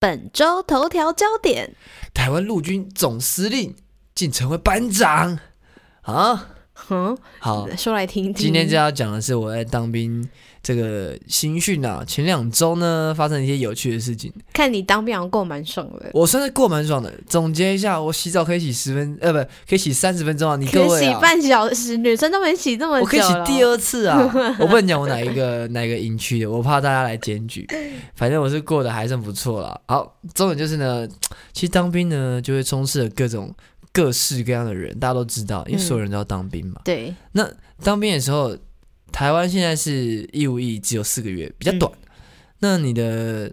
本周头条焦点，台湾陆军总司令竟成为班长啊！哼，好，说来听听。哦今天就要讲的是我在当兵这个新训啊，前两周呢发生一些有趣的事情，看你当兵好像够蛮爽的，我算是过蛮爽的。总结一下，我洗澡可以洗十分，呃，不，可以洗三十分钟啊！你可各以位洗啊，半小时，女生都没洗这么久我可以洗了第二 次啊！我不能讲我哪一个哪一个营区的，我怕大家来检 举。反正我是过得还算不错啦。好，重点就是呢，其实当兵呢就会充斥着各种各式各样的人，大家都知道，嗯因为所有人都要当兵嘛。对，当兵的时候，台湾现在是义务役只有四个月，比较短。嗯那你的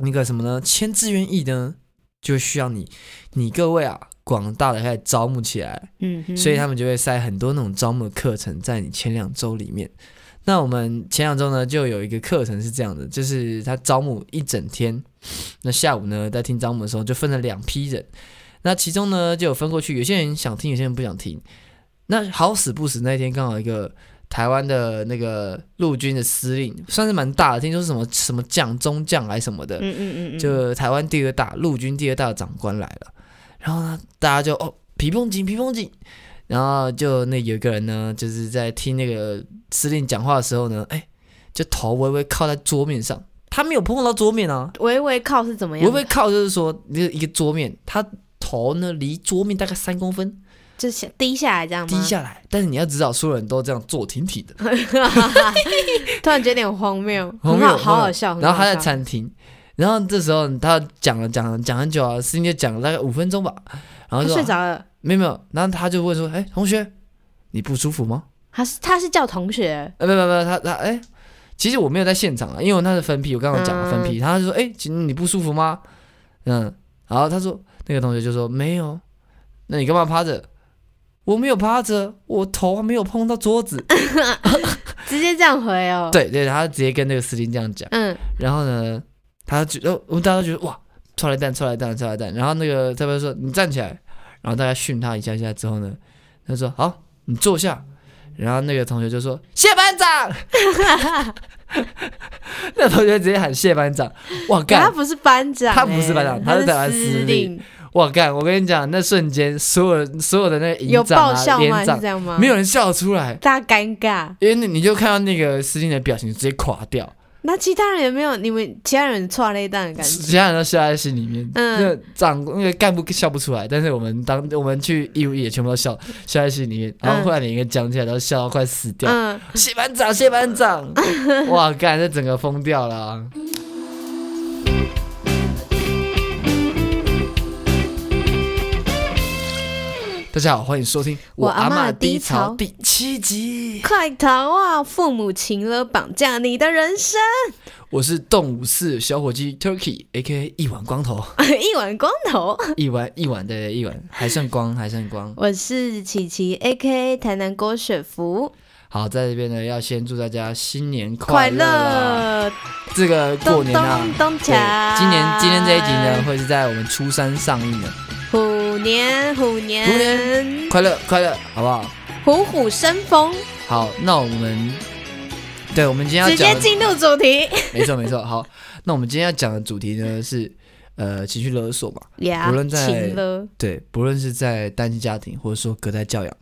那个什么呢？签志愿役呢，就需要你你各位啊，广大的开始招募起来。嗯哼，所以他们就会塞很多那种招募的课程在你前两周里面。那我们前两周呢，就有一个课程是这样的，就是他招募一整天，那下午呢在听招募的时候就分了两批人，那其中呢就有分过去，有些人想听，有些人不想听。那好死不死那一天刚好一个台湾的那个陆军的司令，算是蛮大的，听说是什么什么将中将还是什么的，嗯嗯嗯嗯，就台湾第二大陆军第二大的长官来了，然后呢，大家就哦皮绷紧皮绷紧，然后就那有一个人呢，就是在听那个司令讲话的时候呢，哎，就头微微靠在桌面上，他没有碰到桌面啊，微微靠是怎么样？微微靠就是说就是一个桌面，他头呢离桌面大概三公分就想低下来这样吗？低，下来，但是你要知道，所有人都这样坐挺挺的， 突然觉得有点荒 谬，荒很谬好，荒好好谬笑。很然后好他在笑餐厅，然后这时候他讲了讲了讲很久啊，司令就讲了大概五分钟吧，然后他就说睡着了，没有没有，然后他就问说：“哎、同学，你不舒服吗他是他是叫同学？”，呃，没有没有，他他哎、其实我没有在现场啊，因为我那是分批，我刚刚有讲了分批，他就说：“哎、请你不舒服吗？”嗯，然后他说那个同学就说：“没有，那你干嘛趴着？”我没有趴着，我头还没有碰到桌子。 直接这样回哦。，对对，他直接跟那个司令这样讲。嗯，然后呢，他觉得我们大家都觉得哇，臭来蛋，臭来蛋，臭来蛋。然后那个特别说你站起来，然后大家训他一下下之后呢，他说好，你坐下。然后那个同学就说谢班长，那同学直接喊谢班长，哇可他干，不是班长欸，他不是班长他他是台湾司司令，哇干，我跟你讲，那瞬间所有所有的那个营有长爆啊、笑吗？连是长这，样吗？没有人笑得出来，大家尴尬。因为你你就看到那个司令的表情直接垮掉。那其他人也没有你们其他人错了一蛋的感觉，其他人都笑在心里面，嗯那个长那个干部笑不出来，但是我们当我们去义务役也全部都笑笑在心里面，然后后来每个人讲起来都笑到快死掉。嗯，谢班长，谢班 长，哇，干，这整个疯掉了啊、大家好，欢迎收听我阿嬷嬷的低潮第七集，快逃啊！父母情了绑架你的人生， 我是动物四小伙计 Turkey，A K A 一碗光头。一碗光头。一碗一碗对对一碗，还剩光还剩光。我是琪琪，A K A 台南郭雪芙，好，在这边呢，要先祝大家新年快乐啦！乐，这个过咚年啊，咚咚对锵！，今年今天这一集呢，，会是在我们初三上映的，虎年虎年虎快乐快乐，好不好？虎虎生风，好，那我们对，我们今天要直讲接的，进入主题。没错没错。好，那我们今天要讲的主题呢是呃情绪勒索嘛，呀无论，在情了，对，不论是在单亲家庭，或者说隔代教养，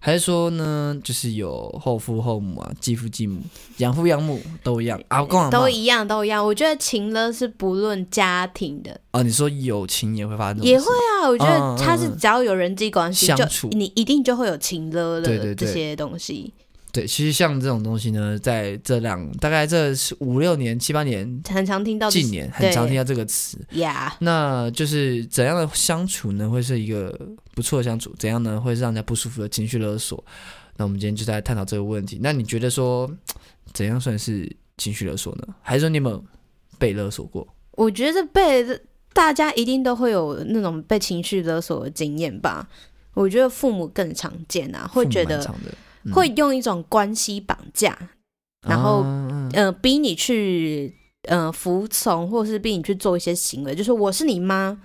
还是说呢，就是有后父后母啊、继父继母、养父养母都一样，啊阿公阿都嬷一样都一样。我觉得情了是不论家庭的，哦，你说友情也会发生这种事，也会啊，我觉嗯嗯得嗯他是只要有人际关系，相就处你一定就会有情勒啊对对的这对些东西，对，其实像这种东西呢，在这两大概这五六年、七八年、很常听到这近年很常对听到这个词。呀。那就是怎样的相处呢，会是一个不错的相处？怎样呢，会让人家不舒服的情绪勒索？那我们今天就在探讨这个问题。那你觉得说，怎样算是情绪勒索呢？还是说你有没有被勒索过？我觉得被大家一定都会有那种被情绪勒索的经验吧。我觉得父母更常见啊，会觉父母蛮得长的，嗯会用一种关系绑架，然后啊呃，逼你去呃服从，或是逼你去做一些行为，就是我是你妈，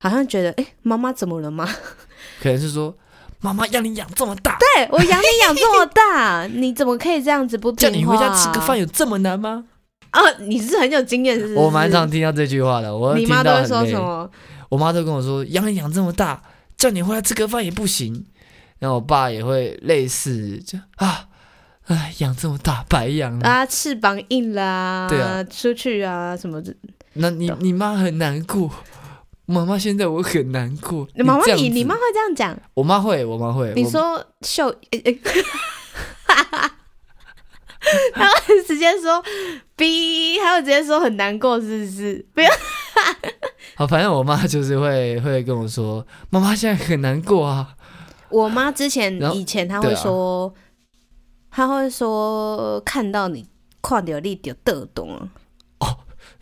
好像觉得哎，诶妈妈怎么了吗？可能是说，妈妈让你养这么大，对 我养你养这么大，你怎么可以这样子不听叫话、啊？你回家吃个饭有这么难吗？啊、哦，你是很有经验，是不是？我哦蛮常听到这句话的，我你听妈都到会很说累什。么？我妈都跟我说，养你养这么大，叫你回来吃个饭也不行。然后我爸也会类似就啊，哎，养这么大白养了。啊，翅膀硬啦，对啊出去啊什么的。那你懂你妈很难过，妈妈现在我很难过。妈妈这，样你你子妈会这样讲？我妈会，我妈会。你我说秀，哎诶诶 然后直接说逼，还有直接说很难过，是不是？不要好，反正我妈就是会会跟我说，妈妈现在很难过啊。我妈之前然后以前她对会啊说，她会说看到你跨掉力丢得懂啊。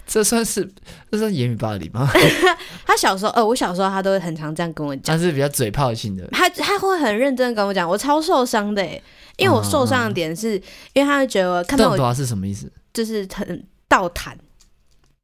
这算是这算言语霸 凌吗？她小时候，呃，我小时候她都会很常这样跟我讲，但是比较嘴炮性的。她她会很认真地跟我讲，我超受伤的欸，因为我受伤的点是，因为她会觉得我看到邓我啊华是什么意思？就是很倒弹，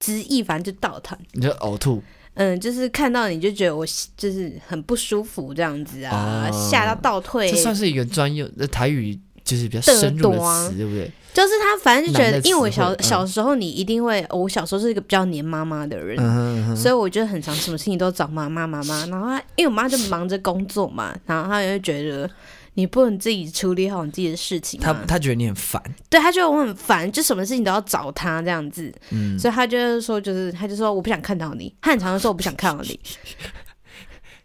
直译反正就倒弹。你就呕吐，嗯，就是看到你就觉得我就是很不舒服这样子啊，哦吓到倒退这。算是一个专用的台语，就是比较邓深入的多啊词，对不对？就是他反正就觉难得，的因为我词汇小嗯小时候你一定会，我小时候是一个比较黏妈妈的人，嗯哼嗯哼所以我就很常什么事情都找妈妈妈妈。然后她因为我妈就忙着工作嘛，然后她就会觉得你不能自己处理好你自己的事情他啊，他觉得你很烦，对她觉得我很烦，就什么事情都要找她这样子，嗯，所以她就是说，就是她就说我不想看到你，她很常说我不想看到你，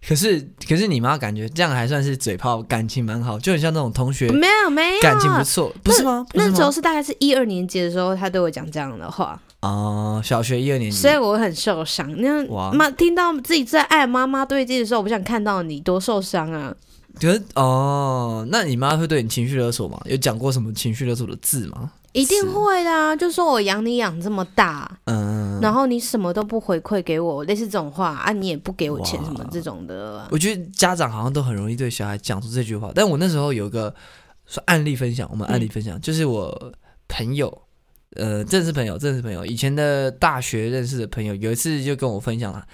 可是可是你妈感觉这样还算是嘴炮，感情蛮好，就很像那种同学没有没有，感情不错，不是吗？不是那时候吗？是大概是一二年级的时候，他对我讲这样的话，哦，小学一二年级，所以我很受伤。那哇妈听到自己最爱的妈妈对自己的时候，我不想看到你多受伤啊！可是哦，那你妈会对你情绪勒索吗？有讲过什么情绪勒索的字吗？一定会的啊，就说我养你养这么大，嗯，然后你什么都不回馈给我，类似这种话啊，你也不给我钱哇什么这种的啊、我觉得家长好像都很容易对小孩讲出这句话，但我那时候有一个说案例分享，我们案例分享、就是我朋友，呃，正式朋友，正式朋友，以前的大学认识的朋友，有一次就跟我分享了，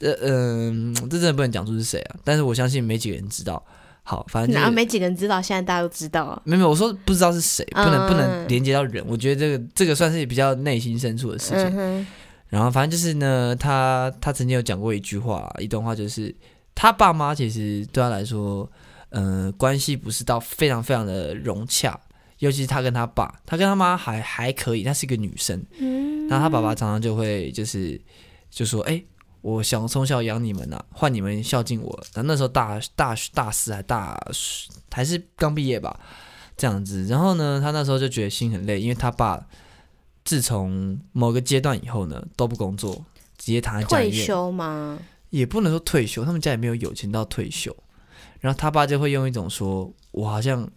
呃嗯、这真的不能讲出是谁啊，但是我相信没几个人知道。好，反正就然是后没几个人知道，现在大家都知道啊。没有没有，我说不知道是谁，不嗯能、不能连接到人，我觉得这个这个算是比较内心深处的事情。嗯哼，然后反正就是呢，他他曾经有讲过一句话，一段话就是他爸妈其实对他来说，嗯、关系不是到非常非常的融洽，尤其是他跟他爸，他跟他妈还还可以，她是一个女生，嗯那他爸爸常常就会就是就说，哎、我想从小养你们呐、换你们孝敬我。然后那时候大大大四还大还是刚毕业吧，这样子。然后呢，他那时候就觉得心很累，因为他爸自从某个阶段以后呢，都不工作，直接躺在家里退面。休吗？也不能说退休，他们家也没有有钱到退休。然后他爸就会用一种说，我好像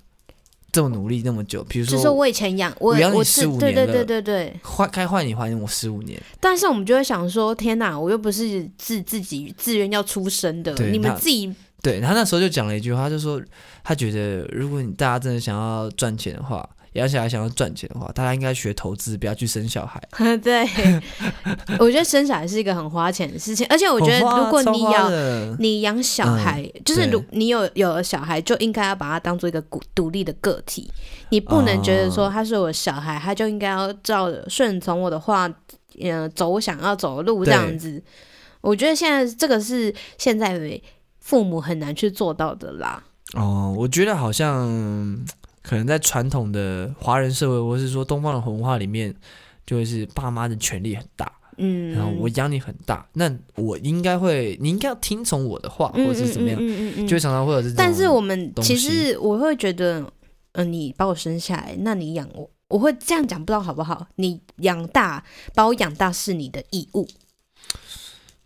这么努力那么久，比如就说是我以前养我我养你我是15对对年对了对对。换该换你还我十五年。但是我们就会想说，天哪，我又不是自自己自愿要出生的，对你们那自己 对他那时候就讲了一句话，他就说他觉得如果你大家真的想要赚钱的话，养小孩想要赚钱的话，大家应该学投资，不要去生小孩。对。 我觉得生小孩是一个很花钱的事情，而且我觉得很花啊如果超你花要的你养小孩，就是嗯对如你有有了小孩，就应该要把他当做一个独独立的个体，你不能觉得哦说他是我的小孩，他就应该要照着顺从我的话，嗯、走我想要走的路这对样子。我觉得现在这个是现在父母很难去做到的啦。哦，我觉得好像嗯可能在传统的华人社会，或是说东方的文化里面，就会是爸妈的权力很大，嗯，然后我养你很大，那我应该会，你应该要听从我的话，嗯或者是怎么样，嗯嗯嗯嗯嗯就会常常会有这种。但是我们东其西实我会觉得，嗯、你把我生下来，那你养我，我会这样讲，不知道好不好？你养大，把我养大是你的义务。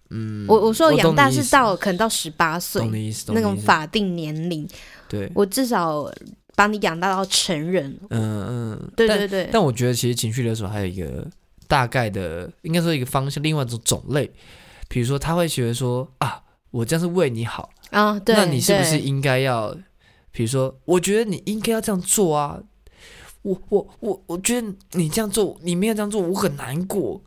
嗯，我我说懂养大你意是思到可能到十八岁懂你意思，懂那你种意思法定年龄，对，我至少把你养大到成人。嗯嗯，对但对对，但我觉得其实情绪勒索还有一个大概的，应该说一个方向，另外一种种类，比如说他会觉得说啊，我这样是为你好，啊，对，那你是不是对应该要，比如说，我觉得你应该要这样做啊，我我我我觉得你这样做，你没有这样做，我很难过，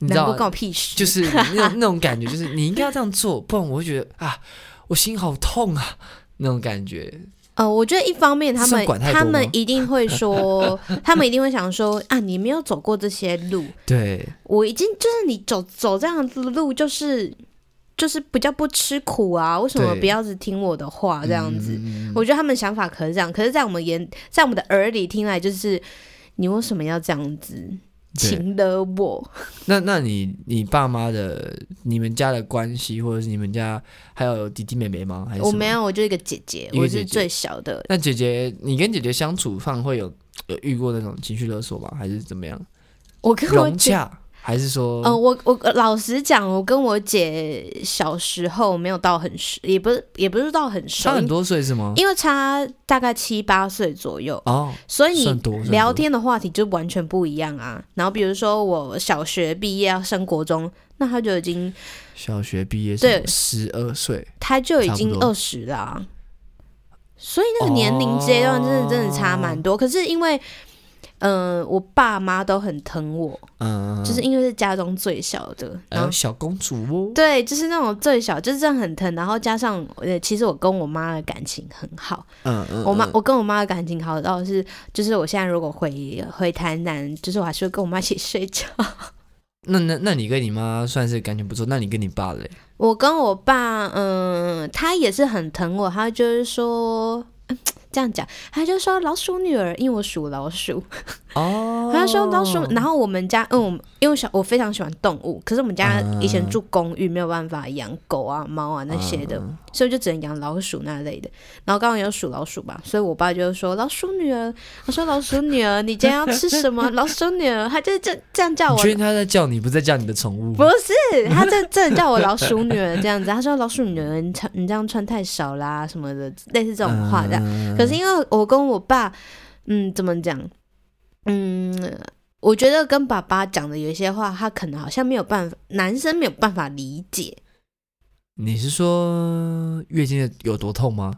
你知难道过吗关我屁事？就是那种那种感觉，就是你应该要这样做，不然我会觉得啊，我心好痛啊，那种感觉，呃，我觉得一方面他是们管太多他吗们一定会说， 他们一定会想说啊，你没有走过这些路，对，我已经就是你走走这样子的路，就是就是比较不吃苦啊，为什么对不要只听我的话这样子？嗯我觉得他们想法可是这样，可是，在我们眼在我们的耳里听来，就是你为什么要这样子？对请了我，那那你你爸妈的你们家的关系，或者是你们家还有弟弟妹妹吗？还是我什么没。有，我就一个姐姐，一个我姐是姐最小的，那姐姐，你跟姐姐相处上会有有遇过那种情绪勒索吗？还是怎么样？我跟我融姐洽？哦还是说？呃，我我呃老实讲，我跟我姐小时候没有到很熟，也不是也不是到很熟，差很多岁是吗？因为差大概七八岁左右，哦，所以算你多算多聊天的话题就完全不一样啊。然后比如说我小学毕业要升国中，那他就已经小学毕业对十二岁，他就已差不经多二十了啊、所以那个年龄阶段真的真的差蛮哦多。可是因为，嗯、我爸妈都很疼我，嗯，就是因为是家中最小的，哎然后呦小公主哦，对，就是那种最小，就是真的很疼。然后加上，呃，其实我跟我妈的感情很好，嗯嗯，我妈嗯我跟我妈的感情好到是，就是我现在如果回回台南，就是我还是会跟我妈一起睡觉。那那那你跟你妈算是感情不错，那你跟你爸嘞？我跟我爸，嗯，他也是很疼我，他就是说。嗯这样讲，他就说老鼠女儿，因为我属老鼠，哦，他就说老鼠。然后我们家，嗯，我们因为我小我非常喜欢动物，可是我们家嗯以前住公寓，没有办法养狗啊、猫啊那些的，嗯所以我就只能养老鼠那类的。然后刚好有鼠老鼠吧，所以我爸就说老鼠女儿，我说老鼠女儿，你今天要吃什 么？老鼠女儿，他就这这样叫你我确。定他在叫你，不是在叫你的宠物？不是，他真真的叫我老鼠女儿这样子。他说老鼠女儿，你穿你这样穿太少啦，什么的，类似这种话这样。嗯可是因为我跟我爸，嗯，怎么讲？嗯，我觉得跟爸爸讲的有一些话，他可能好像没有办法，男生没有办法理解。你是说月经的有多痛吗？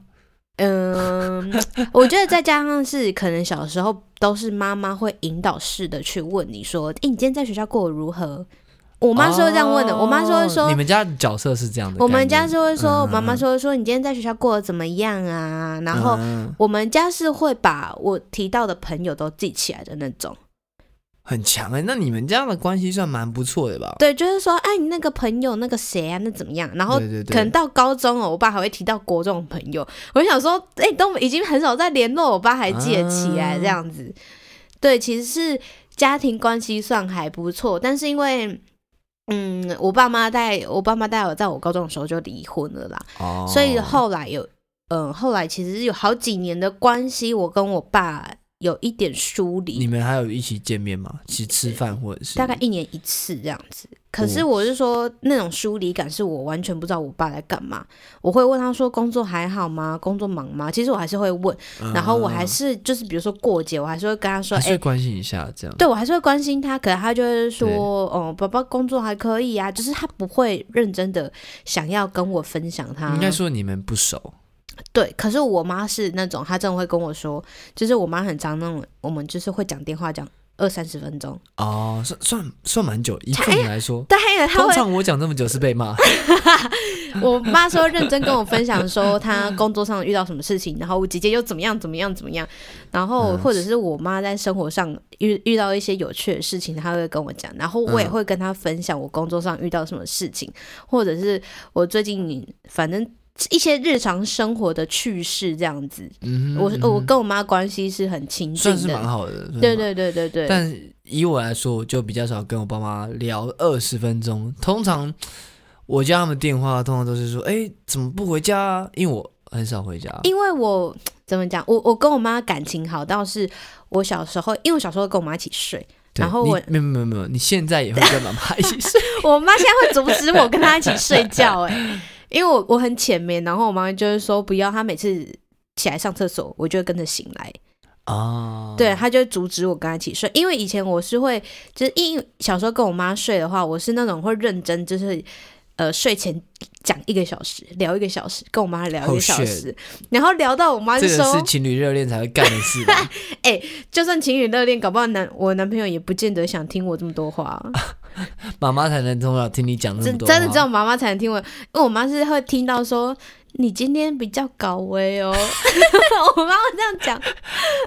嗯，我觉得再加上是可能小时候都是妈妈会引导式的去问你说：“诶，你今天在学校过得如何？”我我妈是会这样问的，我妈是会哦你说，们家角色是这样的概念，我们家是会说，我妈妈嗯是会说你今天在学校过得怎么样啊？然后嗯我们家是会把我提到的朋友都记起来的那种。很强哎，那你们家的关系算蛮不错的吧？对，就是说，哎，你那个朋友那个谁啊，那怎么样？然后对对可对，能到高中哦，我爸还会提到国中的朋友。我就想说，哎、都已经很少在联络，我爸还记得起来啊这样子。对，其实是家庭关系算还不错，但是因为。嗯，我爸妈带我爸妈带我，在我高中的时候就离婚了啦，哦所以后来有，嗯，后来其实有好几年的关系，我跟我爸有一点疏离，你们还有一起见面吗？一起吃饭或者是大概一年一次这样子。可是哦我是说，那种疏离感是我完全不知道我爸在干嘛。我会问他说：“工作还好吗？工作忙吗？”其实我还是会问，嗯然后我还是就是比如说过节，我还是会跟他说：“还哎、是会关心一下这样。对我还是会关心他。”可能他就会说：“哦，宝宝工作还可以啊。”就是他不会认真的想要跟我分享他。应该说你们不熟，对，可是我妈是那种，她真的会跟我说，就是我妈很常那种，我们就是会讲电话讲二三十分钟，哦，算算算蛮久，以哎父母来说，但她通会常我讲这么久是被骂， 我妈说认真跟我分享说她工作上遇到什么事情，然后我姐姐又怎么样怎么样怎么样，然后嗯或者是我妈在生活上遇遇到一些有趣的事情，她会跟我讲，然后我也嗯会跟她分享我工作上遇到什么事情，或者是我最近反正一些日常生活的趣事这样子。嗯哼，我嗯哼我跟我妈关系是很亲近算是蛮的，好的，对算是蛮好对的。对对对。但以我来说，我就比较少跟我爸妈聊二十分钟。通常我接他们电话，通常都是说：“哎，怎么不回家啊？”因为我很少回家。因为我怎么讲，我我跟我妈感情好到是我小时候，因为我小时候跟我妈一起睡，对然后你我没有没有没有，你现在也会跟妈妈一 起睡我妈现在会阻止我跟她一起睡觉、哎，因为我我很浅眠，然后我妈就是说不要，她每次起来上厕所，我就会跟着醒来，啊？对，她就会阻止我跟她一起睡，因为以前我是会，就是因小时候跟我妈睡的话，我是那种会认真，就是。呃，睡前讲一个小时，聊一个小时，跟我妈聊一个 Oh 小 shit 时然后聊到我妈就这说个是情侣热恋才会干的事吧。 就算情侣热恋，搞不好男我男朋友也不见得想听我这么多话、妈妈才能从小听你讲那真么多啊真的只有啊道妈妈才能听我，因为我妈是会听到说你今天比较搞威哦。” 我妈妈这样讲，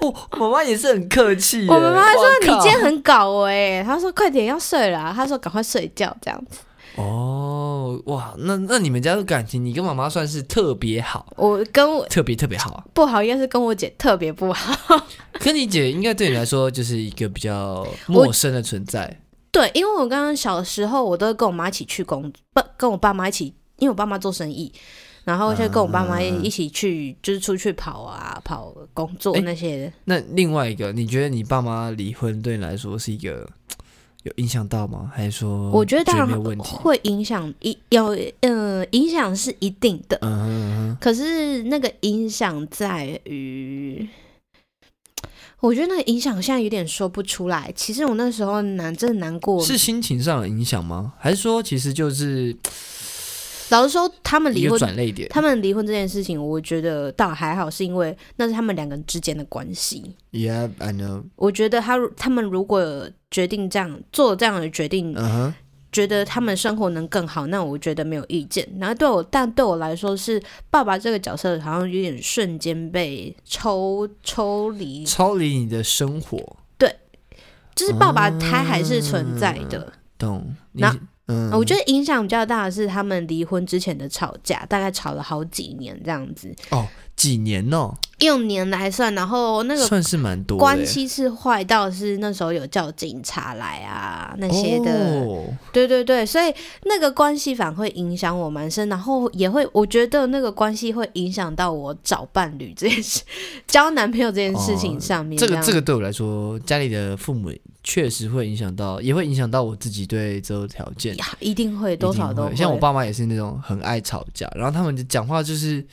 哦，妈妈也是很客气耶。我妈妈说哇：“你靠今天很搞威。”她说：“快点要睡了啊。”她说：“赶快睡觉。”这样子，哦，哇，那那你们家的感情，你跟妈妈算是特别好，我跟我特别特别好啊。不好，应该是跟我姐特别不好。可你姐应该对你来说就是一个比较陌生的存在。对，因为我刚刚小时候，我都会跟我妈一起去工，不跟我爸妈一起，因为我爸妈做生意，然后就跟我爸妈一起去，就是出去跑啊，跑工作诶那些。那另外一个，你觉得你爸妈离婚对你来说是一个有影响到吗？还是说我觉得当没有然问题？会影响一有，嗯，影响是一定的，嗯哼嗯可是那个影响在于。我觉得那个影响现在有点说不出来。其实我那时候难，真的难过哼，。是心情上的影响吗？还是说其实就是老实说，他们离一婚个转泪点？他们离婚这件事情，我觉得倒还好，是因为那是他们两个人之间的关系。 Yeah, I know。我觉得他如他们如果决定这样做这样的决定，嗯哼，觉得他们生活能更好，那我觉得没有意见。然后对我，但对我来说是爸爸这个角色好像有点瞬间被抽抽离，超离你的生活，就是爸爸他还是存在的。懂？你那哦嗯，我觉得影响比较大的是他们离婚之前的吵架，大概吵了好几年这样子，哦，几年哦，用年来算，然后那个算是哦蛮多的欸关耶系是坏到是那时候有叫警察来啊那些的，哦对对对，所以那个关系反而会影响我蛮深，然后也会我觉得那个关系会影响到我找伴侣这件事、 交男朋友这件事情上面。哦这个样这个对我来说，家里的父母确实会影响到，也会影响到我自己对择偶条件，呀一定会多少一定都会像我爸妈也是那种很爱吵架，然后他们就讲话就是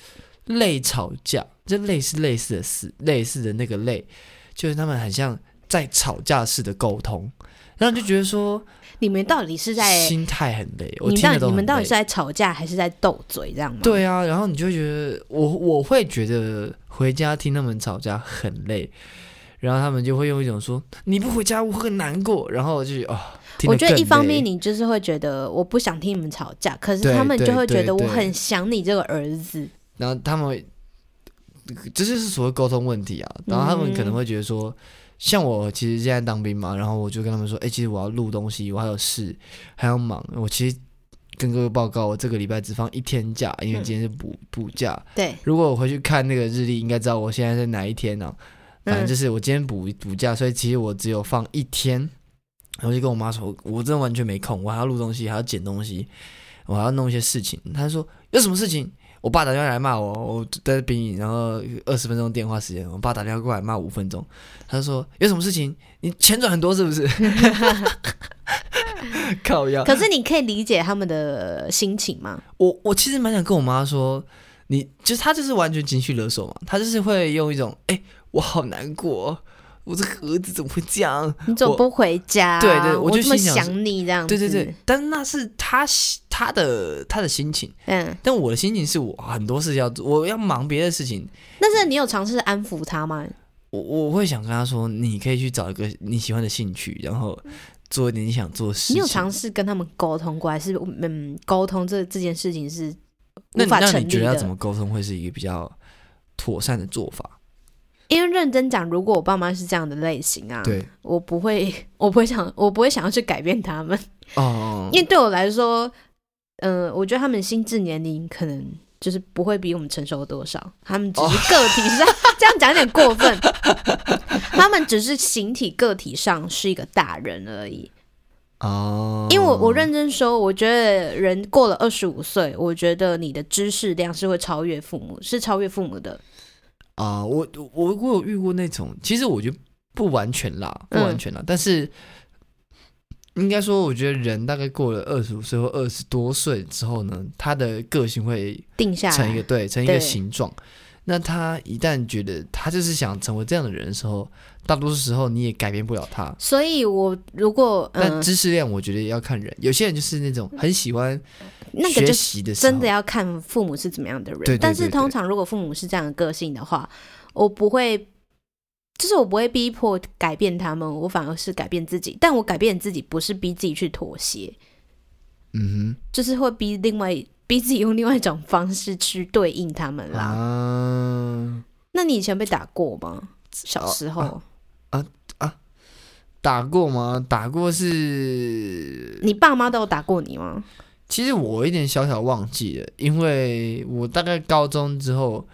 类吵架，就类似类似的事，类似的那个类，就是他们很像在吵架式的沟通，然后就觉得说你们到底是在心态很累，我你听到得底都你很们到底累是。在吵架还是在斗嘴这样吗？对啊，然后你就会觉得我我会觉得回家听他们吵架很累，然后他们就会用一种说你不回家我会很难过，然后我就觉得哦，听我觉得更一方面累你就是会觉得我不想听你们吵架，可是对他们对就会觉对得我对很想你这个儿子。然后他们会这就是所谓沟通问题啊，然后他们嗯可能会觉得说。像我其实现在当兵嘛，然后我就跟他们说，哎、其实我要录东西，我还有事，还要忙。我其实跟各位报告，我这个礼拜只放一天假，因为嗯今天是补补假，对，如果我回去看那个日历，应该知道我现在在哪一天呢、哦反正就是我今天补补假，所以其实我只有放一天。然后就跟我妈说，我真的完全没空，我还要录东西，还要剪东西，我还要弄一些事情。她说有什么事情？我爸打电话来骂我，我在兵营，然后二十分钟电话时间，我爸打电话过来骂五分钟。他说有什么事情？你钱赚很多是不是？ 靠腰。可是你可以理解他们的心情吗？我我其实蛮想跟我妈说，你就是她就是完全情绪勒索嘛，她就是会用一种哎、我好难过哦，我这个儿子怎么会这样？你怎么我不回家、对对我我就这么心想是想你这样子。对对对，，但是那是她喜她的她的心情，嗯，但我的心情是我很多事情要做，我要忙别的事情，但是你有尝试安抚他吗？我我会想跟她说，你可以去找一个你喜欢的兴趣，然后做一点你想做的事情。你有尝试跟他们沟通过，还是嗯沟通这这件事情是那无你法那成你立觉得要的？怎么沟通会是一个比较妥善的做法？因为认真讲，如果我爸妈是这样的类型啊，对，我不会，我不会想，我不会想要去改变他们，哦，因为对我来说，嗯、我觉得他们心智年龄可能。就是不会比我们成熟多少，他们只是个体上、哦 这样讲有点过分，他们只是形体个体上是一个大人而已，哦，因为我我认真说，我觉得人过了二十五岁，我觉得你的知识量是会超越父母，是超越父母的。啊、我我我有遇过那种，其实我觉得不完全啦，不嗯完全啦，但是应该说，我觉得人大概过了二十五岁或二十多岁之后呢，他的个性会定下成一个来，对成一个对形状。那他一旦觉得他就是想成为这样的人的时候，大多数时候你也改变不了他。所以我如果嗯但，知识量我觉得也要看人，有些人就是那种很喜欢那个学就是习的时候，真的要看父母是怎么样的人。对对对但是对通常如果父母是这样的个性的话，我不会，就是我不会逼迫改变他们，我反而是改变自己。但我改变自己不是逼自己去妥协，嗯哼，就是会逼另外逼自己用另外一种方式去对应他们啦。啊那你以前被打过吗？小时候，呃打过吗？打过是，你爸妈都有打过你吗？其实我有一点小小忘记了，因为我大概高中之后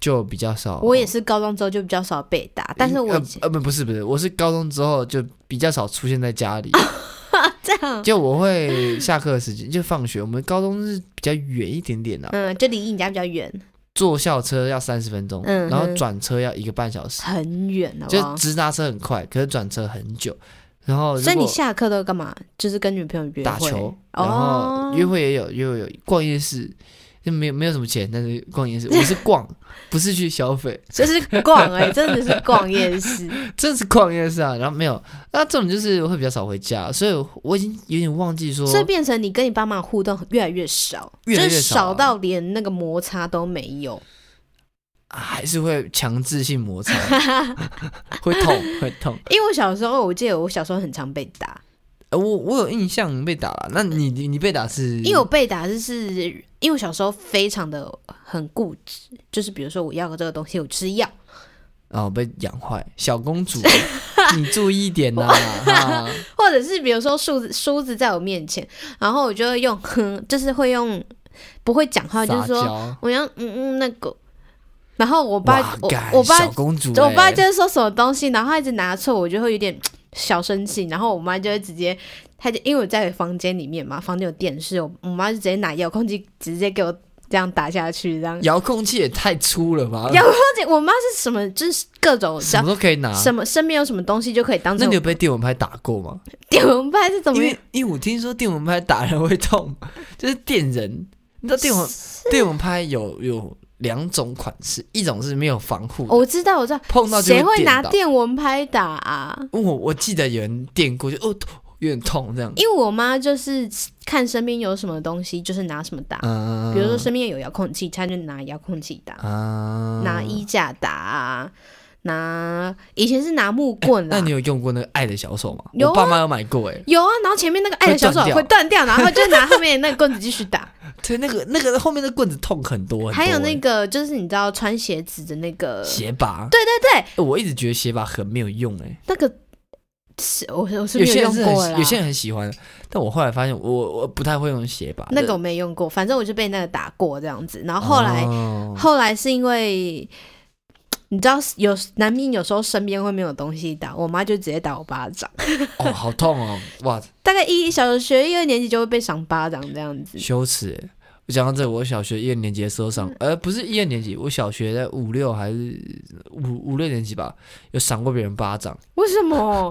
就比较少。我也是高中之后就比较少被打，但是我哦呃以前呃不不是不是，我是高中之后就比较少出现在家 里，哦这样，就我会下课的时间就放学，我们高中是比较远一点点的、啊嗯，就离你家比较远，坐校车要三十分钟，嗯然后哼转车要一个半小时，很远，好不啊就好？直达车很快，可是转车很久。然后如所以你果下课都干嘛？就是跟女朋友约会打球，然哦后约会也有，约会有逛夜市，就没有没有什么钱，但是逛夜市，我是逛， 不是去消费，就是逛 哎、真的是逛夜市。真的是逛夜市啊。然后没有，那这种就是我会比较少回家，所以我我已经有点忘记说，所以变成你跟你爸妈的互动越来越少，越来越就是少少啊到连那个摩擦都没有。啊还是会强制性 摩擦，会痛会痛。因为我小时候，我记得我小时候很常被打，呃我我有印象被打了，那你你你被打是？因为我被打就是因为我小时候非常的很固执，就是比如说我要这个东西，我就是要。哦被养坏，小 公主，你注意一点呐、哈或者是比如说梳子梳子在我面前，然后我就会用 哼，就是会用不会讲话，就撒是说娇。我要嗯嗯那个，然后我爸哇，我干我爸小公主、我爸欸就是说什么东西，然后他一直拿错，我就会有点小生气，然后我妈就会直接，她就因为我在房间里面嘛，房间有电视，我我妈就直接拿遥控器直接给我这样打下去，这样。遥控器也太粗了吧？遥控器，我妈是什么？就是各种什什么都可以拿。什么身边有什么东西就可以当那成你有被电蚊拍打过吗？电蚊拍是怎因么？为因为我听说电蚊拍打人会痛， 就是电人。你知道电蚊电蚊拍有有两种款式，一种是没有防护的，我知道，我知道，碰到就哦谁会电拿到。电蚊拍打啊？我我记得有人电过，就哦有点痛这样。因为我妈就是看身边有什么东西，就是拿什么打。嗯，比如说身边有遥控器，她就拿遥控器打。啊，拿衣架打、啊，拿以前是拿木棍啦。那你有用过那个爱的小手吗？有啊我爸妈有买过哎，有啊，然后前面那个爱的小手会断掉会断掉， 然后就拿后面那个棍子继续打。对，那个那个后面的棍子痛很多，很多还有欸那个就是你知道穿鞋子的那个，鞋拔，对对对，欸我一直觉得鞋拔很没有用哎。那个是我我是有没些人用是过啦很，有些人很喜欢，但我后来发现我我不太会用鞋拔的。那个我没用过，反正我就被那个打过这样子。然后后来、哦后来是因为。你知道有难免有时候身边会没有东西打，我妈就直接打我巴掌。哦好痛哦，哇，大概一小学一二年级就会被赏巴掌这样子。羞耻欸！我讲到这，我小学一二年级的时候上，嗯呃，不是一二年级，我小学在五六还是五五六年级吧，有赏过别人巴掌。为什么？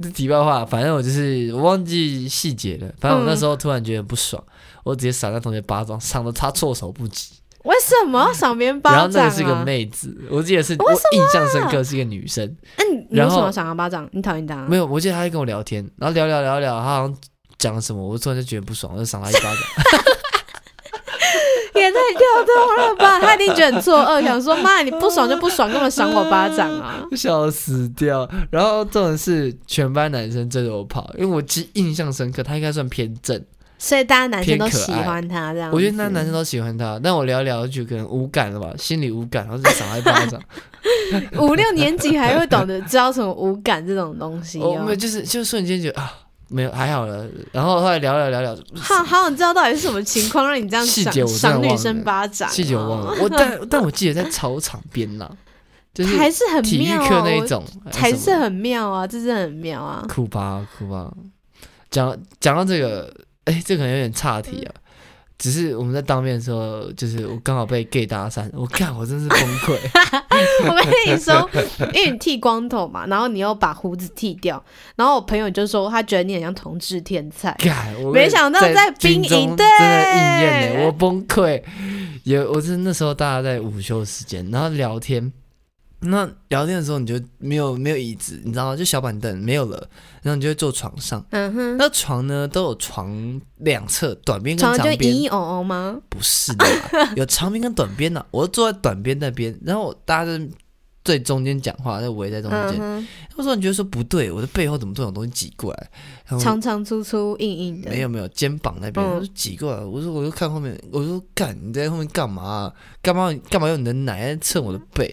这题外话，反正我就是我忘记细节了，反正我那时候突然觉得很不爽，我直接赏那同学巴掌，赏的他措手不及。 为什么要赏别人巴然掌、后啊？那个是个妹子，我记得是我印象深刻是一个女生。那你你然为后什么要赏他巴掌？你讨厌他？没有，我记得他在跟我聊天，然后聊聊聊聊，他好像讲了什么，我突然就觉得不爽，我就赏他一巴掌。也太跳脱了吧！他一定觉得很错愕，想说妈，你不爽就不爽，干嘛赏我巴掌啊？笑死掉。然后这种是全班男生追着我跑，因为我记印象深刻，他应该算偏正，所以大家男生都偏可喜爱欢他这样子。我觉得那男生都喜欢他，但我聊一聊就可能无感了吧，心里无感，然后就赏他一巴 掌。哦五六年级还会懂得知道什么无感这种东西我哦们。就是就瞬间觉得啊，没有还好了。然后后来聊聊聊聊，好好想知道到底是什么情况让你这样细赏节我真的赏忘女了生巴掌、啊？细节我忘 了，我但但我记得在操场边啦，就是还是很体育妙课啊！那一我种，还什么是很妙啊，这真的很妙啊！ 酷吧酷吧。讲讲到这个，哎、这可能有点岔题嗯啊。只是我们在当面的时候，就是我刚好被 gay 搭讪，我看我真是崩溃。我跟你说，因为你剃光头嘛，然后你又把胡子剃掉，然后我朋友就说他觉得你很像同志天才，干，我没想到在在兵军中营真的应验欸对了，我崩溃。也，我是那时候大家在午休时间，然后聊天。那聊天的时候，你就没有没有椅子，你知道吗？就小板凳没有了，然后你就会坐床上。嗯哼，那床呢，都有床两侧短边跟床长就边。咦咦哦哦吗？ 不是的啦，有长边跟短边的、我坐在短边那边，然后大家就最中间讲话，在围在中间。嗯他说你觉得说不对，我的背后怎么这种东西挤过来？然哼，后长长粗粗硬硬的，没有没有，肩膀那边嗯我就挤过来，我说我就看后面，我说干你在后面干嘛啊？干嘛干嘛用你的奶在蹭我的 背？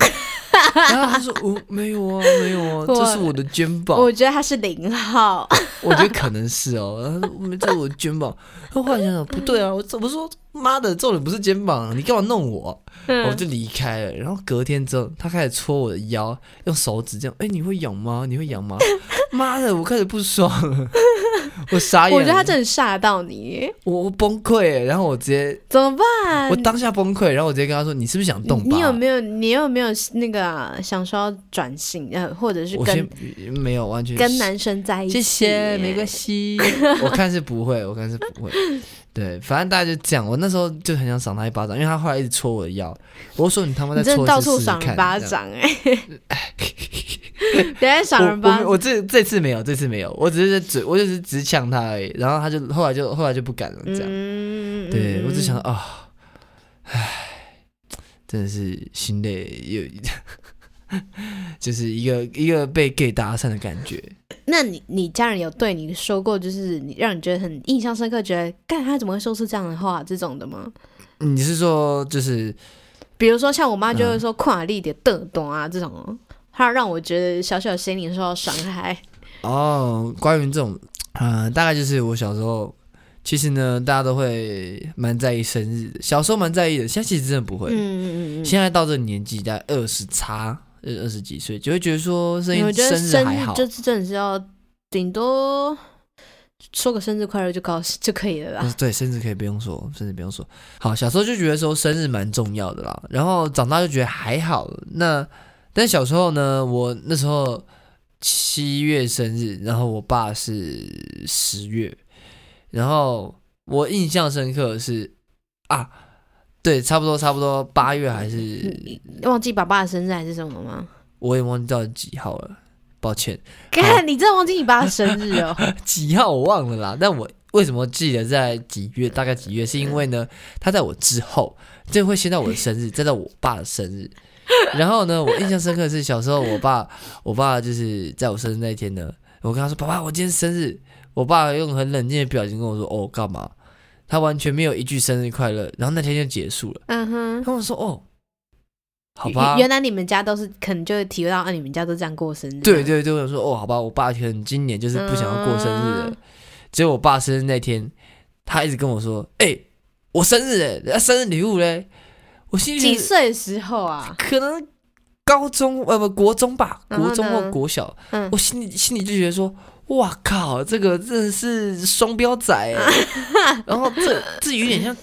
然后他说我、没有啊没有啊，我这是我的肩膀，我我觉得他是零号，觉得可能是哦。然后他说没这是我的肩膀，然后后来想想不对啊，我怎么说妈的重点不是肩膀，你干嘛弄我？ 我 嗯，就离开了。然后隔天之后，他开始戳我的腰，用手指这样，哎、你会痒吗？你会痒吗？ 妈的，我开始不爽了， 我傻眼了，我觉得他真的吓到你耶，我我崩溃了，然后我直接怎么办？我当下崩溃，然后我直接跟他说：“你是不是想动吧？”嗯你有没有你有没有那个啊、想说要转型呃，或者是我跟先没有完全跟男生在一起？谢谢，没关系。我看是不会，我看是不会。对，反正大家就这样。我那时候就很想赏他一巴掌，因为他后来一直戳我的腰。我说：“你他妈你真再戳的一到次处试试赏人看巴这样掌哎、 别再赏人我巴我我掌，这这次没有，这次没有，我只是嘴，我就是只呛他而已。然后他就后来就后来就不敢了，这样。嗯对我只想到啊，唉，真的是心累又， 就是一个一个被 gay 搭讪的感觉。那你你家人有对你说过，就是你让你觉得很印象深刻，觉得干他怎么会说出这样的话这种的吗？你是说就是比如说像我妈就会说跨力的瞪懂啊这种哦，她让我觉得小小心灵受到伤害。哦，关于这种，嗯、大概就是我小时候。其实呢，大家都会蛮在意生日的，小时候蛮在意的，现在其实真的不会。嗯嗯嗯嗯。现在到这个年纪，大概二十差呃二十几岁，就会觉得说生我日觉得生日生还日好，就是真的是要顶多说个生日快乐就高就可以了但啦。呃是对，生日可以不用说，生日不用说。好，小时候就觉得说生日蛮重要的啦，然后长大就觉得还好。那但小时候呢，我那时候七月生日，然后我爸是十月，然后我印象深刻的是啊，对，差不多差不多八月还是忘记爸爸的生日还是什么吗？我也忘记到底几号了，抱歉。干，你真的忘记你爸的生日哦？ 几号我忘了啦，但我为什么记得在几月，大概几月，是因为呢，他在我之后，这会先到我的生日，再到我爸的生日。然后呢，我印象深刻的是小时候我爸，我爸就是在我生日那一天呢，我跟他说：“爸爸，我今天生日。”我爸用很冷静的表情跟我说：“哦，干嘛？”他完全没有一句生日快乐，然后那天就结束了。嗯哼。他们说：“哦，好吧。”原来你们家都是可能就会体会到，啊，你们家都这样过生日。啊对，对对，我想说哦，好吧，我爸可能今年就是不想要过生日了。嗯结果我爸生日那天，他一直跟我说：“哎、我生日哎、啊生日礼物嘞。”我心里几想岁的时候啊？可能高中呃不国中吧，然后国中或呢国小，嗯我心里心里就觉得说。哇靠！这个真的是双标仔 哎、然后这这有点像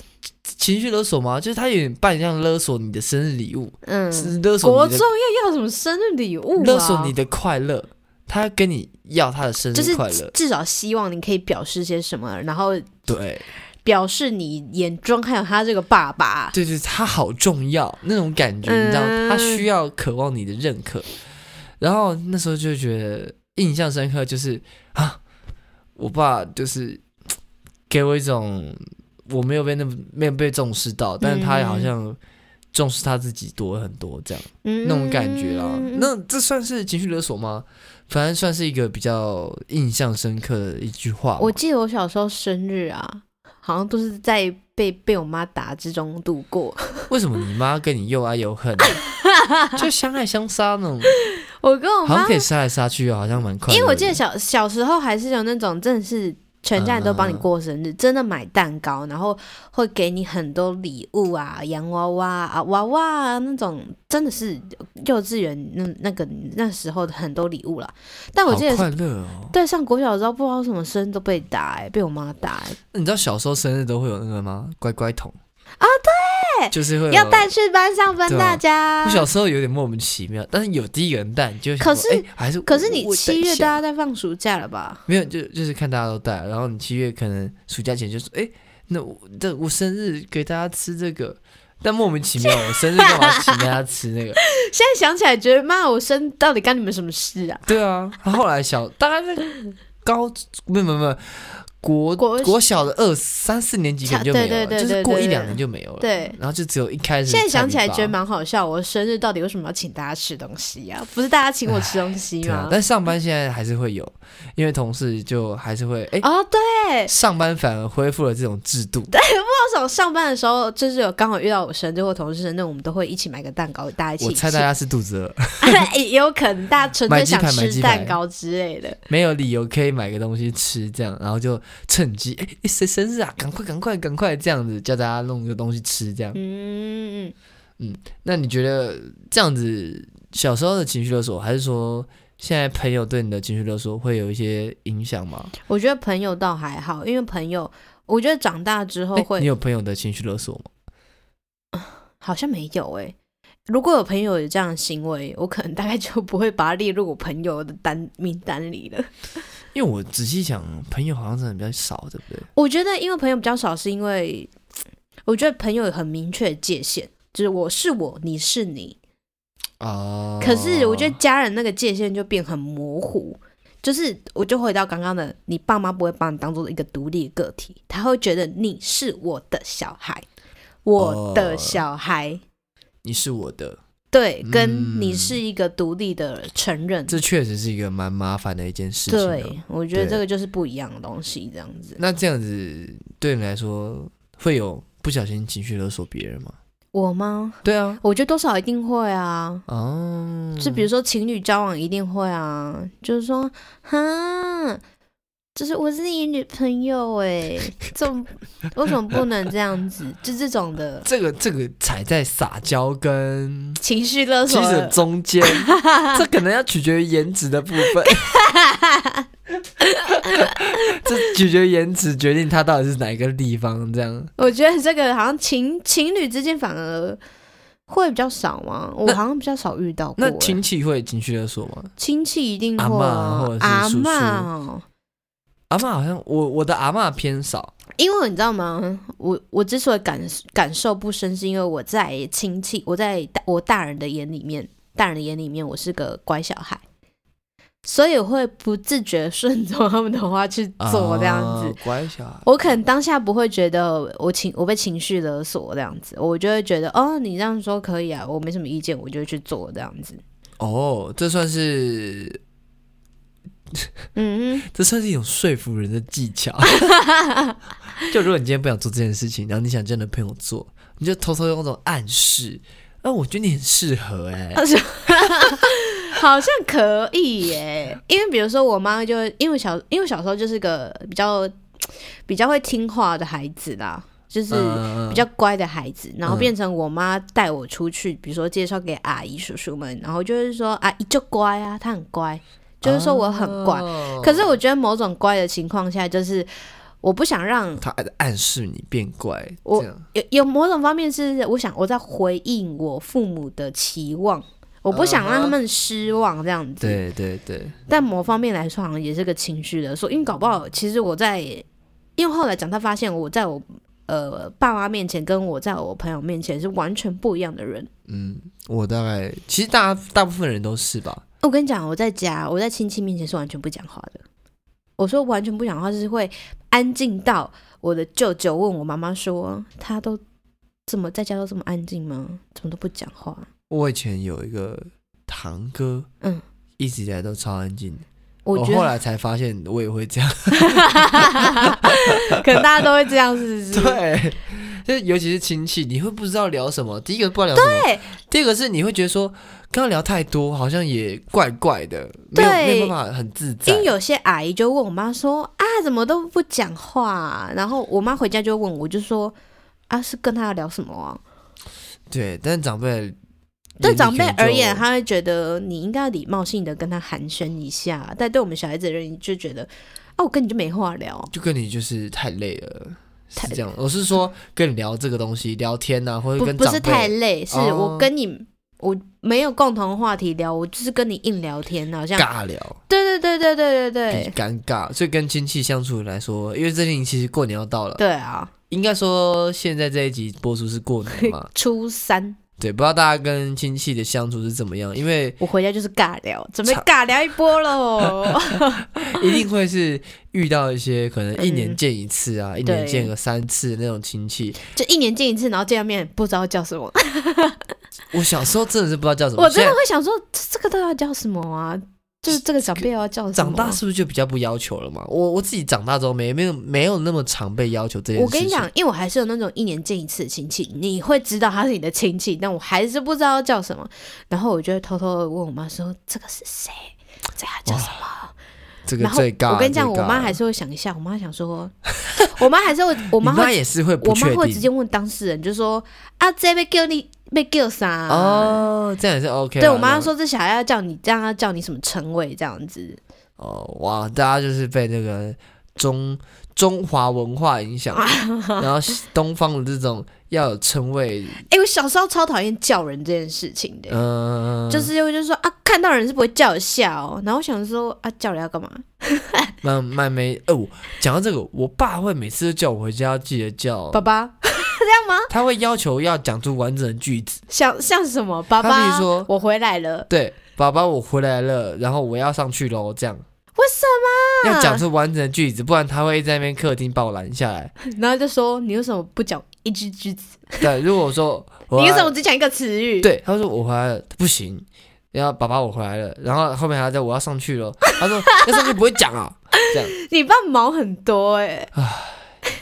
情绪勒索吗？就是他有点扮像勒索你的生日礼物，嗯，是勒索国你中的要要什么生日礼物啊？勒索你的快乐，他跟你要他的生就日是快乐，至至少希望你可以表示些什么，然后对表示你眼中还有他这个爸爸。对对，他好重要那种感觉，你知道，嗯他需要渴望你的认可。然后那时候就觉得印象深刻，就是啊，我爸就是嘖给我一种我没有被那么没有被重视到，但是他嗯好像重视他自己多很多这样。嗯，那种感觉啦。嗯那这算是情绪勒索吗？反正算是一个比较印象深刻的一句话嘛。我记得我小时候生日啊，好像都是在被被我妈打之中度过。 为什么你妈跟你又爱又恨，就相爱相杀那种，我跟我好妈像可，以杀来杀去，好像蛮快乐的。因为我记得小小时候还是有那种真的是。全家人都帮嗯你过生日，真的买蛋糕，然后会给你很多礼物啊，洋娃娃啊、娃娃啊那种，真的是幼稚园那那个那时候的很多礼物啦。但我记得好快乐哦。对，上国小的时候不知道什么生日都被打、欸，被我妈打、欸，那你知道小时候生日都会有那个吗？乖乖桶啊，对，就是会有要。带去班上分对啊大家我。小时候有点莫名其妙，但是有第一个人带，你就会想可说是哎还是可是你我带七一月下大家在放暑假了吧？没有，就就是看大家都带，然后你七月可能暑假前就说，哎、那我这我生日给大家吃这个，但莫名其妙，我生日干嘛请大家吃那个？现在想起来觉得妈，我生到底干你们什么事啊？对啊，然后后来小大概在高没有没有没有国国国小的二三四年级可能就没有了，对对对就是对过一对两年就没有了。对然后就只有一开始。现在想起来觉得？蛮好笑，我生日到底为什么要请大家吃东西呀、不是大家请我吃东西对啊吗，？但上班现在还是会有，因为同事就还是会哎，哦，对，上班反而恢复了这种制度。那种上班的时候，就是有刚好遇到我生日或同事生日，我们都会一起买个蛋糕，大家一起我猜吃大家是肚子饿， 也有可能大家纯买粹鸡想排买吃鸡排蛋糕之类的。没有理由可以买个东西吃，这样，然后就趁机哎哎谁生日啊，赶快赶快赶快这样子叫大家弄个东西吃，这样。嗯，那你觉得这样子小时候的情绪勒索，还是说现在朋友对你的情绪勒索会有一些影响吗？我觉得朋友倒还好，因为朋友，我觉得长大之后诶会、哎你有朋友的情绪勒索吗？好像没有诶、如果有朋友有这样的行为，我可能大概就不会把它列入我朋友的单名单里了。因为我仔细想，朋友好像真的比较少，对不对？我觉得，因为朋友比较少，是因为我觉得朋友有很明确的界限，就是我是我，你是你。哦可是我觉得家人那个界限就变很模糊，就是我就回到刚刚的，你爸妈不会把你当做一个独立的个体，他会觉得你是我的小孩，我哦的小孩，你是我的，对，跟嗯你是一个独立的成人。这确实是一个蛮麻烦的一件事情、啊。对，我觉得对这个就是不一样的东西，这样子。那这样子对你来说会有不小心情绪勒索别人吗？我吗？对啊，我觉得多少一定会啊。哦，就比如说情侣交往一定会啊，就是说，哈，就是我是你女朋友哎、怎么为什么不能这样子？就这种的这个这个踩在撒娇跟情绪勒其索实了， 中间，这可能要取决于颜值的部分。 这取决于颜值决定他到底是哪一个地方，这样我觉得这个好像情情侣之间反而会比较少嘛，我那好像比较少遇到过、那欸。亲戚会情绪勒索吗？亲戚一定阿会啊嬷或者是阿叔叔嬷哦阿嬷好像我我的阿嬷偏少，因为你知道吗？我我之所以感感受不深，是因为我在亲戚，我在大我大人的眼里面，大人的眼里面，我是个乖小孩，所以我会不自觉顺从他们的话去做这样子。啊乖小孩。我可能当下不会觉得我情我被情绪勒索这样子，我就会觉得哦，你这样说可以啊，我没什么意见，我就会去做这样子。哦，这算是嗯，这算是一种说服人的技 巧。 就如果你今天不想做这件事情，然后你想叫你的朋友做，你就偷偷用那种暗示。啊，我觉得你很适合哎、好像可以耶，因为比如说我妈就会因为小因为小时候就是个比较比较会听话的孩子啦，就是嗯比较乖的孩子，然后嗯变成我妈带我出去，比如说介绍给阿姨叔叔们，然后就是说阿姨就乖啊，她很乖，就是说我很乖。哦可是我觉得某种乖的情况下，就是我不想让他暗示你变乖，我这样有有某种方面是我想我在回应我父母的期望，我不想嗯让他们失望这样子。对对对，但某方面来说，好像也是个情绪的说，因为搞不好其实我在，因为后来长大发现，我在我呃爸妈面前跟我在我朋友面前是完全不一样的人。嗯，我大概其实大大部分人都是吧，我跟你讲，我在家，我在亲戚面前是完全不讲话的。我说完全不讲话，就是会安静到我的舅舅问我妈妈说，他都怎么在家都这么安静吗？怎么都不讲话？我以前有一个堂哥，嗯，一直以来都超安静的，我觉哦后得来才发现我也会这样， 可能大家都会这样，是不是？ 对，就是尤其是亲戚，你会不知道聊什么，第一个不知道聊什么，对，第二个是你会觉得说刚刚聊太多，好像也怪怪的，没有对没有办法很自在因为，有些阿姨就问我妈说啊，怎么都不讲话啊、然后我妈回家就问我，就说啊，是跟她要聊什么啊？对，但是长辈。对长辈而言，他他会觉得你应该礼貌性的跟她寒暄一下，但对我们小孩子而言，就觉得啊，我跟你就没话聊。就跟你就是太累了，是太这样。我是说跟你聊这个东西，聊天呐、或者不跟不长是辈太累，是哦我跟你。我没有共同话题聊，我就是跟你硬聊天，好像尬聊，对对对对对对比对尴尬。所以跟亲戚相处来说，因为最近其实过年要到了，对啊！ ，应该说现在这一集播出是过年嘛初三对，不知道大家跟亲戚的相处是怎么样，因为我回家就是尬聊，准备尬聊一波喽。一定会是遇到一些可能一年嗯见一次啊，一对年见个三次那种亲戚。就一年见一次，然后见到面不知道叫什么，我小时候真的是不知道叫什么， 我真的现会想说这这个到底要叫什么啊？就是这个长辈要叫在什么？啊长大是不是就比较不要求了嘛？我我自己长大之后没没有没有那么常被要求这件事情。我跟你讲，因为我还是有那种一年见一次的亲戚，你会知道他是你的亲戚，但我还是不知道叫什么。然后我就会偷偷的问我妈说：“这个是谁？这个叫什么这？”个然后最尬，我跟你讲，最我尬妈还是会想一下。我妈想说，我妈还是会，我你妈妈会，也是会不我妈确会直接定问当事人，就说：“啊，这被叫你被叫啥？”哦，这样也是 OK 啦。对我妈那说，这小孩要叫你这样，要叫你什么称谓这样子。哦，哇，大家就是被那个中中华文化 影响，然后东方的这种要有称谓，哎、我小时候超讨厌叫人这件事情的，嗯、就是因为就是说啊，看到人是不会叫一下哦。然后我想说啊，叫人要干嘛？慢慢没哦。讲到这个，我爸会每次都叫我回家要记得叫，爸爸，他会要求要讲出完整的句子。像像什么？爸他比爸如说，我回来了。对，爸爸，我回来了，然后我要上去喽，这样为什要讲出完整的句子，不然他会在那边客厅把我拦下来。么？然后就说你为什么不讲一句句子？对，如果我说 你我为什要么只讲一个词语？，对，他说我回来了，不行。然后爸爸我回来了，然后后面还在我要上去了。 他说要上去不会讲啊， 这样你爸毛很多哎、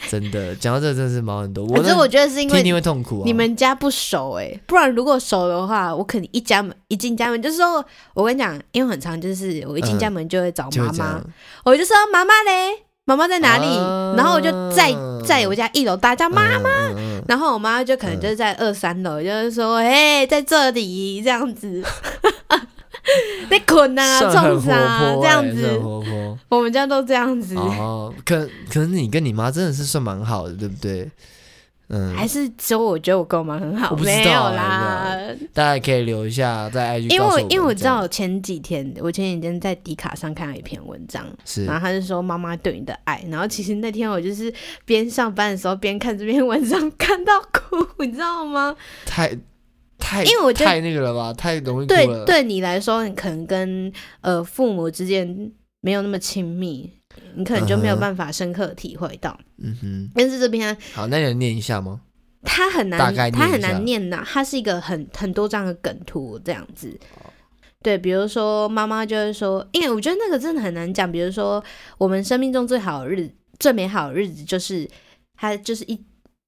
真的讲到这真的是毛很多。我可是我觉得是因听为你会痛苦啊。你们家不熟哎、不然如果熟的话，我可能一家门一进家门就是说，我跟你讲，因为很常就是我一进家门就会找嗯就妈会这妈，样我就说妈妈嘞，妈妈在哪里？啊然后我就在在我家一楼大叫妈，妈，嗯嗯然后我妈就可能就是在二三楼，就是说嘿，在这里这样 子，在捆啊，算很冲活啥、啊、泼这欸样算很子，活泼。我们家都这样子，哦，可可能你跟你妈真的是算蛮好的，对不对？嗯，还是只有我觉得我跟我妈很好，我不知道没有欸啦。大家也可以留一下在 IG，因为告诉我我因为我们知这样道前几天我前几天在迪卡上看到一篇文章，是然后他就说妈妈对你的爱，然后其实那天我就是边上班的时候边看这篇文章看到哭，你知道 吗？太太因为我觉得太那个了吧，太容易哭对了。，对你来说，你可能跟呃父母之间没有那么亲密，你可能就没有嗯哼办法深刻地体会到。嗯但是这篇哼，好，那你能念一下吗？它很大难概，它念一很下难念呐、它是一个很很多张的梗图这样子。对，比如说妈妈就会说，因为我觉得那个真的很难讲。比如说，我们生命中最好的日、最美好的日子，就是它就是一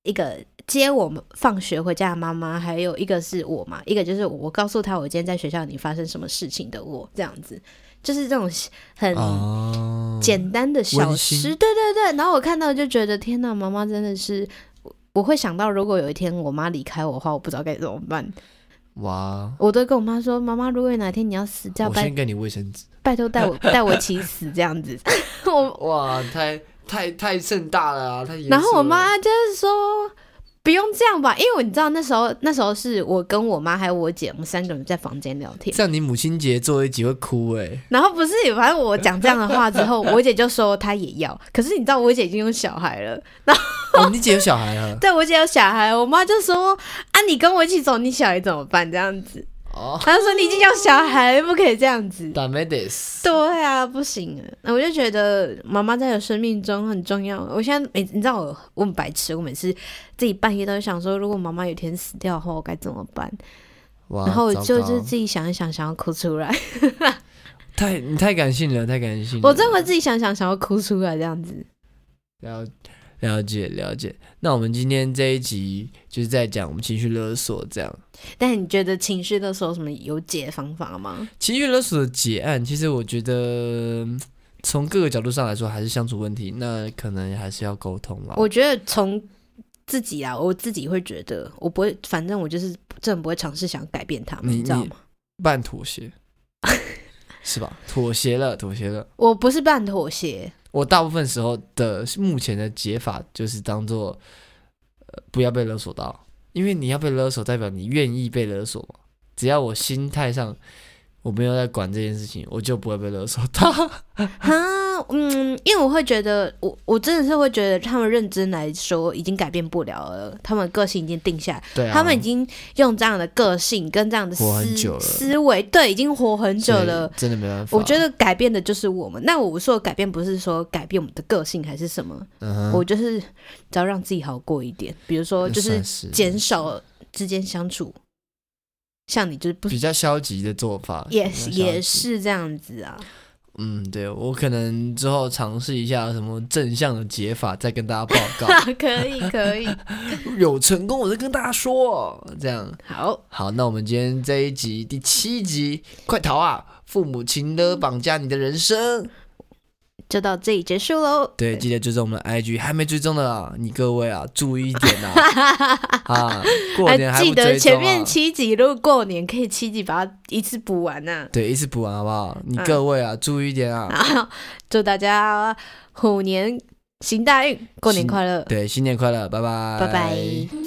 一个接我们放学回家的妈妈，还有一个是我嘛，一个就是我我告诉他我今天在学校里发生什么事情的我这样子，就是这种很哦，简单的小温馨事，对对对。然后我看到就觉得，天呐，妈妈真的是，我我会想到，如果有一天我妈离开我的话，我不知道该怎么办。哇！我都跟我妈说，妈妈，如果有哪天你要死掉，我拜先给你卫生纸。拜托 带我带我一起死这样子。 我哇，太太太盛大了啊！太严肃了然后我妈就是说。不用这样吧，因为我你知道那时候，那时候是我跟我妈还有我姐，我们三个人在房间聊天。 这样，你母亲节做一集会哭哎、然后不是，反正我讲这样的话之后，我姐就说她也要。可是你知道，我姐已经有小孩了，哦，你姐有小孩了 对我姐有小孩，我妈就说啊，你跟我一起走，你小孩怎么办？这样子， 哦，她就说你已经有小孩，不可以这样子。打没得死。 对啊，不行啊！那我就觉得妈妈在我生命中很重要。我现在每你知道我我很白痴，我每次自己半夜都会想说，如果妈妈有一天死掉的话，我该怎么办？哇，然后我就糟就糕自己想一想，想要哭出来。太你太感性了，太感性了。我真的自己想想，想要哭出来这样子。了了解了解。那我们今天这一集就是在讲我们情绪勒索，这样但你觉得情绪的时候什么有解方法吗？情绪勒索的结案，其实我觉得嗯从各个角度上来说还是相处问题，那可能还是要沟通啦。我觉得从自己啊，我自己会觉得，我不会，反正我就是真的不会尝试想改变他们，你你知道吗？半 妥协，是吧？妥协了，妥协了。我不是半妥协，我大部分时候的目前的解法就是当做、呃、不要被勒索到，因为你要被勒索，代表你愿意被勒索嘛。只要我心态上我没有在管这件事情，我就不会被勒索到。 哈，嗯，因为我会觉得，我我真的是会觉得，他们认知来说已经改变不了了，他们个性已经定下来，对啊，他们已经用这样的个性跟这样的活很思久了思维，对，已经活很久所以了。真的没办法。我觉，得改变的就是我们。那我说的改变不是说改变我们的个性还是什么，嗯哼，我就是只要让自己好过一点，比如说那就是算是减少之间相处，像你就是不比较消极的做法，也比较消极也是这样子啊。嗯，对我可能之后尝试一下什么正向的解法，再跟大家报 告。啊，可以可以，有成功，我再跟大家说。这样好，好，那我们今天这一集第七集，快逃啊！父母亲的绑架你的人生。就到这里结束喽。对，记得追踪我们的 IG，还没追踪的啊，你各位啊，注意一点啊 啊！过年还哎记不得追踪前啊面七集，如果过年可以七集把它一次补完啊呐、对，一次补啊完好不好？你各位啊，注意一点啊！然后祝大家虎年行大运，过年行快乐，对，新年快乐，拜拜，拜拜。